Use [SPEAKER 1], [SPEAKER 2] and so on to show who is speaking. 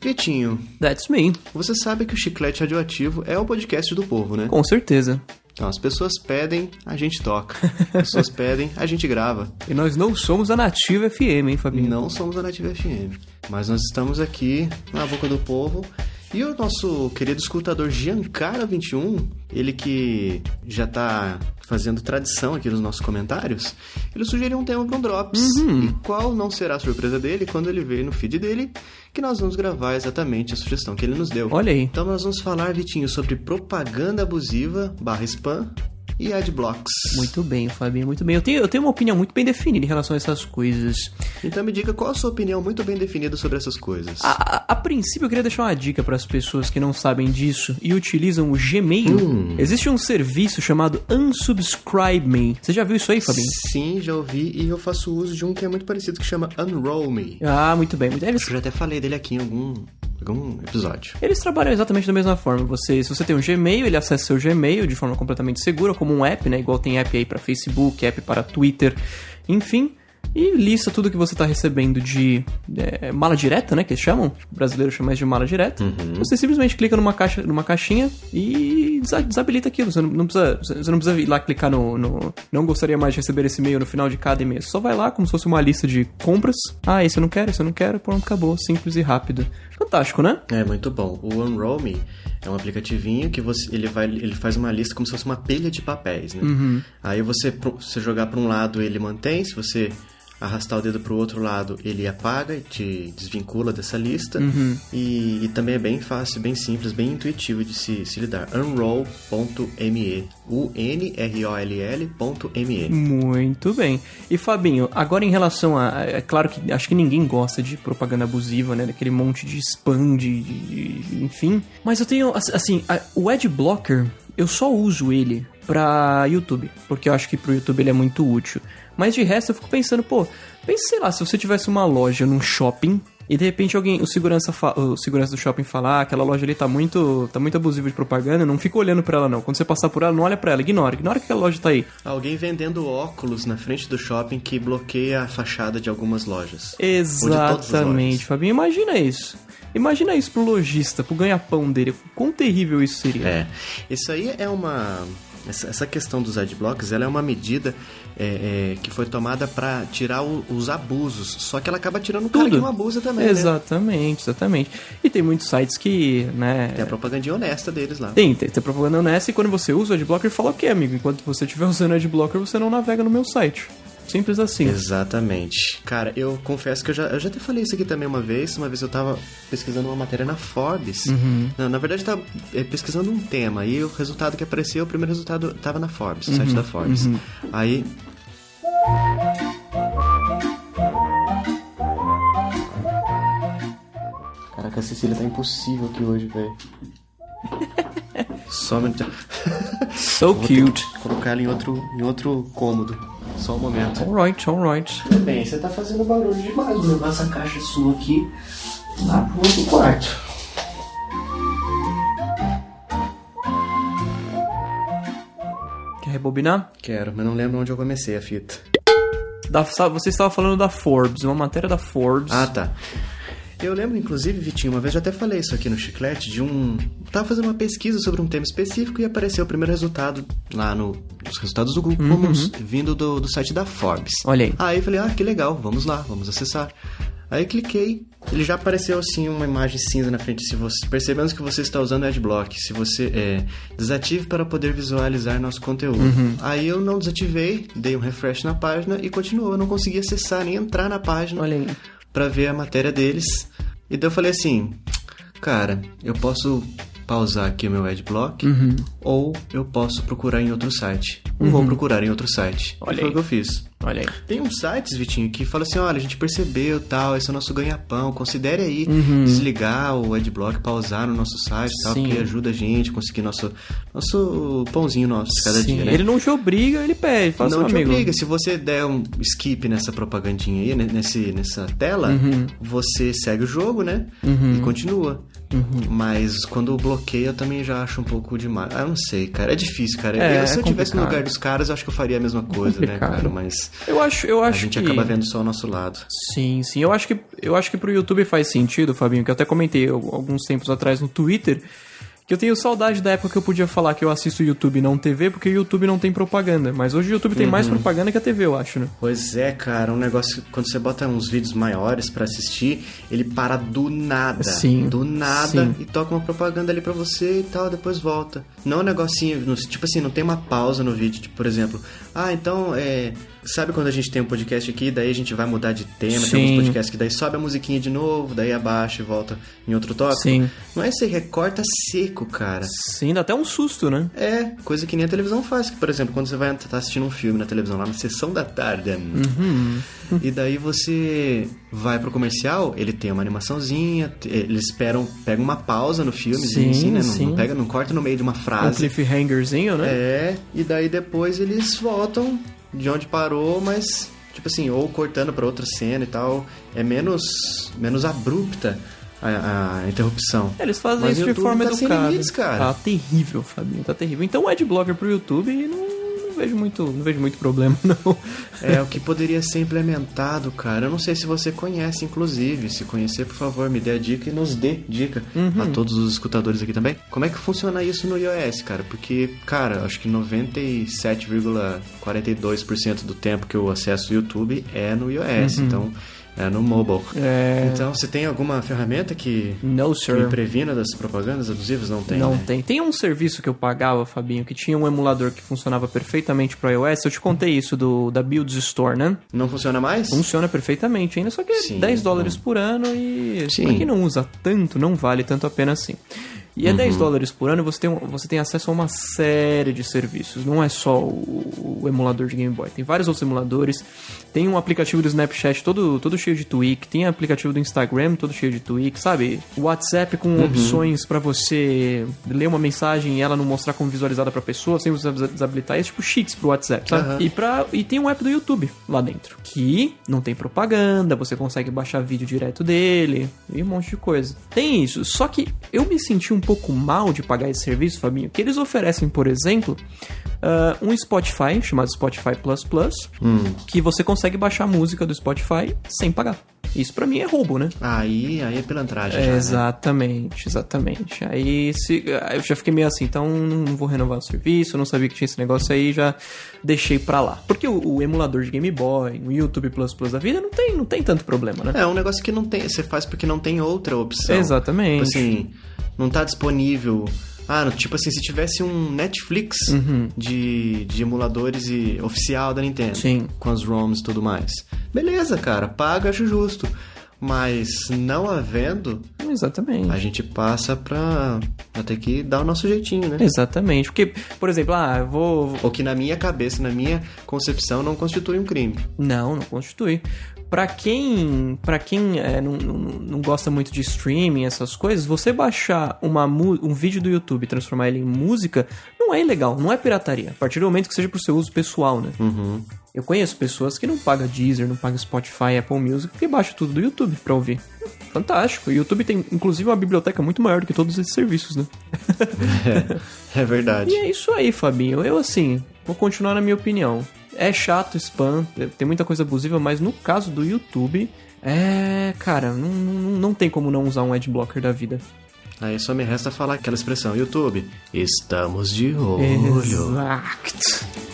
[SPEAKER 1] Pietinho,
[SPEAKER 2] That's me.
[SPEAKER 1] você sabe que o Chiclete Radioativo é o podcast do povo, né?
[SPEAKER 2] Com certeza.
[SPEAKER 1] Então, as pessoas pedem, a gente toca. As pessoas pedem, a gente grava.
[SPEAKER 2] E nós não somos a Nativa FM, hein, Fabinho?
[SPEAKER 1] Não somos a Nativa FM, mas nós estamos aqui na boca do povo. E o nosso querido escutador Giancara21, ele que já tá fazendo tradição aqui nos nossos comentários, ele sugeriu um tema para um Drops. E qual não será a surpresa dele quando ele ver no feed dele que nós vamos gravar exatamente a sugestão que ele nos deu.
[SPEAKER 2] Olha aí.
[SPEAKER 1] Então nós vamos falar, Vitinho, sobre propaganda abusiva, barra spam e adblocks.
[SPEAKER 2] Muito bem, Fabinho, muito bem. Eu tenho, eu tenho uma opinião muito bem definida em relação a essas coisas.
[SPEAKER 1] Então me diga qual a sua opinião muito bem definida sobre essas coisas.
[SPEAKER 2] A, a- a princípio, eu queria deixar uma dica para as pessoas que não sabem disso e utilizam o Gmail.
[SPEAKER 1] Hum.
[SPEAKER 2] Existe um serviço chamado Unsubscribe Me. Você já viu isso aí, Fabinho?
[SPEAKER 1] Sim, já ouvi e eu faço uso de um que é muito parecido que chama Unroll Me.
[SPEAKER 2] Ah, muito bem. muito- Eles,
[SPEAKER 1] Eu já até falei dele aqui em algum, algum episódio.
[SPEAKER 2] eles trabalham exatamente da mesma forma. Você, se você tem um Gmail, ele acessa seu Gmail de forma completamente segura, como um app, né? Igual tem app aí para Facebook, app para Twitter, enfim. E lista tudo que você tá recebendo de é, mala direta, né? Que eles chamam. O brasileiro chama isso de mala direta. Você simplesmente clica numa, caixa, numa caixinha e desa- desabilita aquilo. Você não, não precisa, você não precisa ir lá clicar no, no- Não gostaria mais de receber esse e-mail no final de cada e-mail. Você Só vai lá como se fosse uma lista de compras. Ah, esse eu não quero, esse eu não quero. Pronto, acabou. Simples e rápido. Fantástico, né?
[SPEAKER 1] É muito bom. O Unroll Me é um aplicativinho que você ele vai ele faz uma lista como se fosse uma pilha de papéis, né? Aí você pro- se jogar para um lado ele mantém, se você arrastar o dedo para o outro lado ele apaga e te desvincula dessa lista. E, e também é bem fácil, bem simples, bem intuitivo de se, se lidar. Unroll.me, u n r o l l.me.
[SPEAKER 2] Muito bem. E Fabinho, agora em relação a. É claro que acho que ninguém gosta de propaganda abusiva, né? Daquele monte de spam, de. de- de- enfim. Mas eu tenho. ass- Assim, a- o Adblocker, eu só uso ele pra YouTube. Porque eu acho que pro YouTube ele é muito útil. Mas de resto eu fico pensando, pô, pense, sei lá, se você tivesse uma loja num shopping. E de repente alguém, o segurança, fa- o segurança do shopping fala, ah, aquela loja ali tá muito, tá muito abusiva de propaganda, não fica olhando pra ela não. Quando você passar por ela, não olha pra ela, ignora, ignora que aquela loja tá aí.
[SPEAKER 1] Alguém vendendo óculos na frente do shopping que bloqueia a fachada de algumas lojas. Ou de todas as
[SPEAKER 2] Exatamente,
[SPEAKER 1] lojas.
[SPEAKER 2] Fabinho. Imagina isso. Imagina isso pro lojista, pro ganha-pão dele. Quão terrível isso seria.
[SPEAKER 1] É. Isso aí é uma. Essa, essa questão dos adblocks ela é uma medida é, é, que foi tomada pra tirar o- os abusos. Só que ela acaba tirando o cara
[SPEAKER 2] Tudo.
[SPEAKER 1] que não abusa também. né?
[SPEAKER 2] exatamente, exatamente. E tem muitos sites que, né...
[SPEAKER 1] Tem a propagandinha honesta deles lá.
[SPEAKER 2] Tem, tem, tem propaganda honesta e quando você usa o adblocker, fala ok, amigo, enquanto você estiver usando o adblocker, você não navega no meu site. Simples assim.
[SPEAKER 1] Exatamente. Cara, eu confesso que eu já, eu já até falei isso aqui também uma vez. Uma vez eu tava pesquisando uma matéria na Forbes. Não, na verdade, eu tava eh, pesquisando um tema. E o resultado que apareceu, o primeiro resultado tava na Forbes, no site da Forbes. Aí. Caraca, a Cecília tá impossível aqui hoje, velho. Só um minuto.
[SPEAKER 2] So
[SPEAKER 1] Vou ter que
[SPEAKER 2] cute.
[SPEAKER 1] Colocar ela em outro, em outro cômodo. Só um momento.
[SPEAKER 2] Alright, alright.
[SPEAKER 1] Bem, você tá fazendo barulho demais. Vou levar essa caixa sua aqui lá pro outro quarto.
[SPEAKER 2] Quer rebobinar?
[SPEAKER 1] Quero, mas não lembro onde eu comecei a fita.
[SPEAKER 2] Da, sa- você estava falando da Forbes, uma matéria da Forbes.
[SPEAKER 1] Ah, tá. Eu lembro, inclusive, Vitinho, uma vez eu até falei isso aqui no Chiclete, de um... Tava fazendo uma pesquisa sobre um tema específico e apareceu o primeiro resultado lá no... Os resultados do Google Commons, vindo do, do site da Forbes.
[SPEAKER 2] Olha aí.
[SPEAKER 1] Aí eu falei, ah, que legal, vamos lá, vamos acessar. Aí eu cliquei, ele já apareceu assim uma imagem cinza na frente. Se você percebemos que você está usando Adblock, se você é, desative para poder visualizar nosso conteúdo.
[SPEAKER 2] Uhum.
[SPEAKER 1] Aí eu não desativei, dei um refresh na página e continuou. Eu não consegui acessar nem entrar na página
[SPEAKER 2] Olha aí.
[SPEAKER 1] para ver a matéria deles. E daí eu falei assim, cara, eu posso pausar aqui o meu Adblock
[SPEAKER 2] Uhum.
[SPEAKER 1] ou eu posso procurar em outro site. Vou procurar em outro site.
[SPEAKER 2] Olha
[SPEAKER 1] e foi
[SPEAKER 2] aí.
[SPEAKER 1] o que eu fiz.
[SPEAKER 2] Olha aí.
[SPEAKER 1] Tem uns sites, Vitinho, que falam assim, olha, a gente percebeu tal, esse é o nosso ganha-pão, considere aí desligar o adblock, pausar no nosso site e tal,
[SPEAKER 2] Uhum. Sim.
[SPEAKER 1] porque ajuda a gente a conseguir nosso, nosso pãozinho nosso de cada
[SPEAKER 2] Sim,
[SPEAKER 1] dia, né?
[SPEAKER 2] Ele não te obriga, ele pede. Fala
[SPEAKER 1] não
[SPEAKER 2] assim,
[SPEAKER 1] te
[SPEAKER 2] amigo.
[SPEAKER 1] obriga, se você der um skip nessa propagandinha aí, né, nesse, nessa tela,
[SPEAKER 2] Uhum.
[SPEAKER 1] você segue o jogo, né? E continua.
[SPEAKER 2] Uhum.
[SPEAKER 1] Mas quando bloqueia, eu também já acho um pouco demais. Ah, eu não sei, cara. É difícil, cara.
[SPEAKER 2] É,
[SPEAKER 1] eu, se
[SPEAKER 2] é
[SPEAKER 1] eu estivesse no
[SPEAKER 2] complicado.
[SPEAKER 1] lugar dos caras, eu acho que eu faria a mesma coisa, né,
[SPEAKER 2] complicado.
[SPEAKER 1] cara? Mas
[SPEAKER 2] Eu acho, eu acho
[SPEAKER 1] a gente
[SPEAKER 2] que...
[SPEAKER 1] acaba vendo só o nosso lado.
[SPEAKER 2] Sim, sim. Eu acho que eu acho que pro YouTube faz sentido, Fabinho, que eu até comentei al- alguns tempos atrás no Twitter, que eu tenho saudade da época que eu podia falar que eu assisto YouTube e não TV, porque o YouTube não tem propaganda. Mas hoje o YouTube tem
[SPEAKER 1] Uhum.
[SPEAKER 2] mais propaganda que a TV, eu acho, né?
[SPEAKER 1] Pois é, cara, um negócio que quando você bota uns vídeos maiores pra assistir, ele para do nada.
[SPEAKER 2] Sim,
[SPEAKER 1] Do nada
[SPEAKER 2] sim.
[SPEAKER 1] e toca uma propaganda ali pra você e tal, depois volta. Não é um negocinho, no- tipo assim, não tem uma pausa no vídeo, tipo, por exemplo, ah, então é. Sabe quando a gente tem um podcast aqui, daí a gente vai mudar de tema,
[SPEAKER 2] Sim.
[SPEAKER 1] tem alguns podcasts que daí sobe a musiquinha de novo, daí abaixa e volta em outro tópico.
[SPEAKER 2] Sim.
[SPEAKER 1] Não é você recorta seco, cara.
[SPEAKER 2] Sim, dá até um susto, né?
[SPEAKER 1] É, coisa que nem a televisão faz. Que, por exemplo, quando você vai estar assistindo um filme na televisão, lá na sessão da tarde, é Uhum.
[SPEAKER 2] Uhum.
[SPEAKER 1] e daí você vai pro comercial, ele tem uma animaçãozinha, te- eles esperam, pegam uma pausa no filme,
[SPEAKER 2] Sim,
[SPEAKER 1] assim, né? Não,
[SPEAKER 2] sim.
[SPEAKER 1] não pega, não corta no meio de uma
[SPEAKER 2] Um
[SPEAKER 1] frase.
[SPEAKER 2] cliffhangerzinho, né?
[SPEAKER 1] É, e daí depois eles voltam de onde parou, mas tipo assim, ou cortando pra outra cena e tal, é menos menos abrupta a, a interrupção.
[SPEAKER 2] Eles fazem
[SPEAKER 1] Mas
[SPEAKER 2] isso de
[SPEAKER 1] YouTube
[SPEAKER 2] forma
[SPEAKER 1] tá sem
[SPEAKER 2] educada.
[SPEAKER 1] limites, cara.
[SPEAKER 2] Tá terrível, Fabinho, tá terrível. Então adblocker pro YouTube e não, não vejo muito, não vejo muito problema não.
[SPEAKER 1] É, o que poderia ser implementado, cara. Eu não sei se você conhece, inclusive. Se conhecer, por favor, me dê a dica e nos dê dica a todos os escutadores aqui também. Como é que funciona isso no iOS, cara? Porque, cara, acho que 97,42% do tempo que eu acesso o YouTube é no iOS. Então, é no mobile.
[SPEAKER 2] É.
[SPEAKER 1] Então, você tem alguma ferramenta que,
[SPEAKER 2] No
[SPEAKER 1] que me
[SPEAKER 2] sir.
[SPEAKER 1] previna das propagandas abusivas? Não tem,
[SPEAKER 2] Não
[SPEAKER 1] né?
[SPEAKER 2] tem. Tem um serviço que eu pagava, Fabinho, que tinha um emulador que funcionava perfeitamente pro iOS. Eu te contei isso do da Builds Store, né?
[SPEAKER 1] Não funciona mais?
[SPEAKER 2] Funciona perfeitamente ainda, só que é
[SPEAKER 1] Sim, Hum.
[SPEAKER 2] 10 dólares por ano e
[SPEAKER 1] Sim.
[SPEAKER 2] pra quem não usa tanto, não vale tanto a pena assim. E é
[SPEAKER 1] Uhum.
[SPEAKER 2] 10 dólares por ano você tem, um- você tem acesso a uma série de serviços. Não é só o, o emulador de Game Boy. Tem vários outros emuladores. Tem um aplicativo do Snapchat todo, todo cheio de tweak. Tem aplicativo do Instagram todo cheio de tweak, sabe? WhatsApp com
[SPEAKER 1] Uhum.
[SPEAKER 2] opções pra você ler uma mensagem e ela não mostrar como visualizada pra pessoa, sem você desabilitar. É tipo cheats pro WhatsApp, sabe?
[SPEAKER 1] Aham.
[SPEAKER 2] E, pra, e tem um app do YouTube lá dentro. Que não tem propaganda, você consegue baixar vídeo direto dele e um monte de coisa. Tem isso. Só que eu me senti um pouco mal de pagar esse serviço, Fabinho, que eles oferecem, por exemplo, ah, um Spotify chamado Spotify Plus Plus, que você consegue baixar a música do Spotify sem pagar. Isso pra mim é roubo, né?
[SPEAKER 1] Aí, aí é pilantragem. já, né?
[SPEAKER 2] Exatamente, exatamente. Aí se, eu já fiquei meio assim, então não vou renovar o serviço, não sabia que tinha esse negócio aí, já deixei pra lá. Porque o, o emulador de Game Boy, o YouTube Plus Plus da vida, não tem, não tem tanto problema, né?
[SPEAKER 1] É um negócio que não tem, você faz porque não tem outra opção. Tipo
[SPEAKER 2] Exatamente.
[SPEAKER 1] assim, não tá disponível. Ah, tipo assim, se tivesse um Netflix
[SPEAKER 2] Uhum.
[SPEAKER 1] de, de emuladores e oficial da Nintendo.
[SPEAKER 2] Sim.
[SPEAKER 1] Com as ROMs e tudo mais. Beleza, cara, paga, acho justo. Mas não havendo,
[SPEAKER 2] Exatamente.
[SPEAKER 1] a gente passa pra, pra ter que dar o nosso jeitinho, né?
[SPEAKER 2] Exatamente. Porque, por exemplo, ah, eu vou,
[SPEAKER 1] O que na minha cabeça, na minha concepção, não constitui um crime.
[SPEAKER 2] Não, não constitui. Pra quem, pra quem é, não, não, não gosta muito de streaming, essas coisas, você baixar uma, mu- um vídeo do YouTube e transformar ele em música não é ilegal, não é pirataria. A partir do momento que seja pro seu uso pessoal, né?
[SPEAKER 1] Uhum.
[SPEAKER 2] Eu conheço pessoas que não pagam Deezer, não pagam Spotify, Apple Music, porque baixa tudo do YouTube pra ouvir. Fantástico. E o YouTube tem, inclusive, uma biblioteca muito maior do que todos esses serviços, né?
[SPEAKER 1] É, é verdade.
[SPEAKER 2] E é isso aí, Fabinho. Eu, assim, vou continuar na minha opinião. É chato o spam, tem muita coisa abusiva, mas no caso do YouTube, é. Cara, não, não, não tem como não usar um adblocker da vida.
[SPEAKER 1] Aí só me resta falar aquela expressão, YouTube, estamos de olho.
[SPEAKER 2] Exato.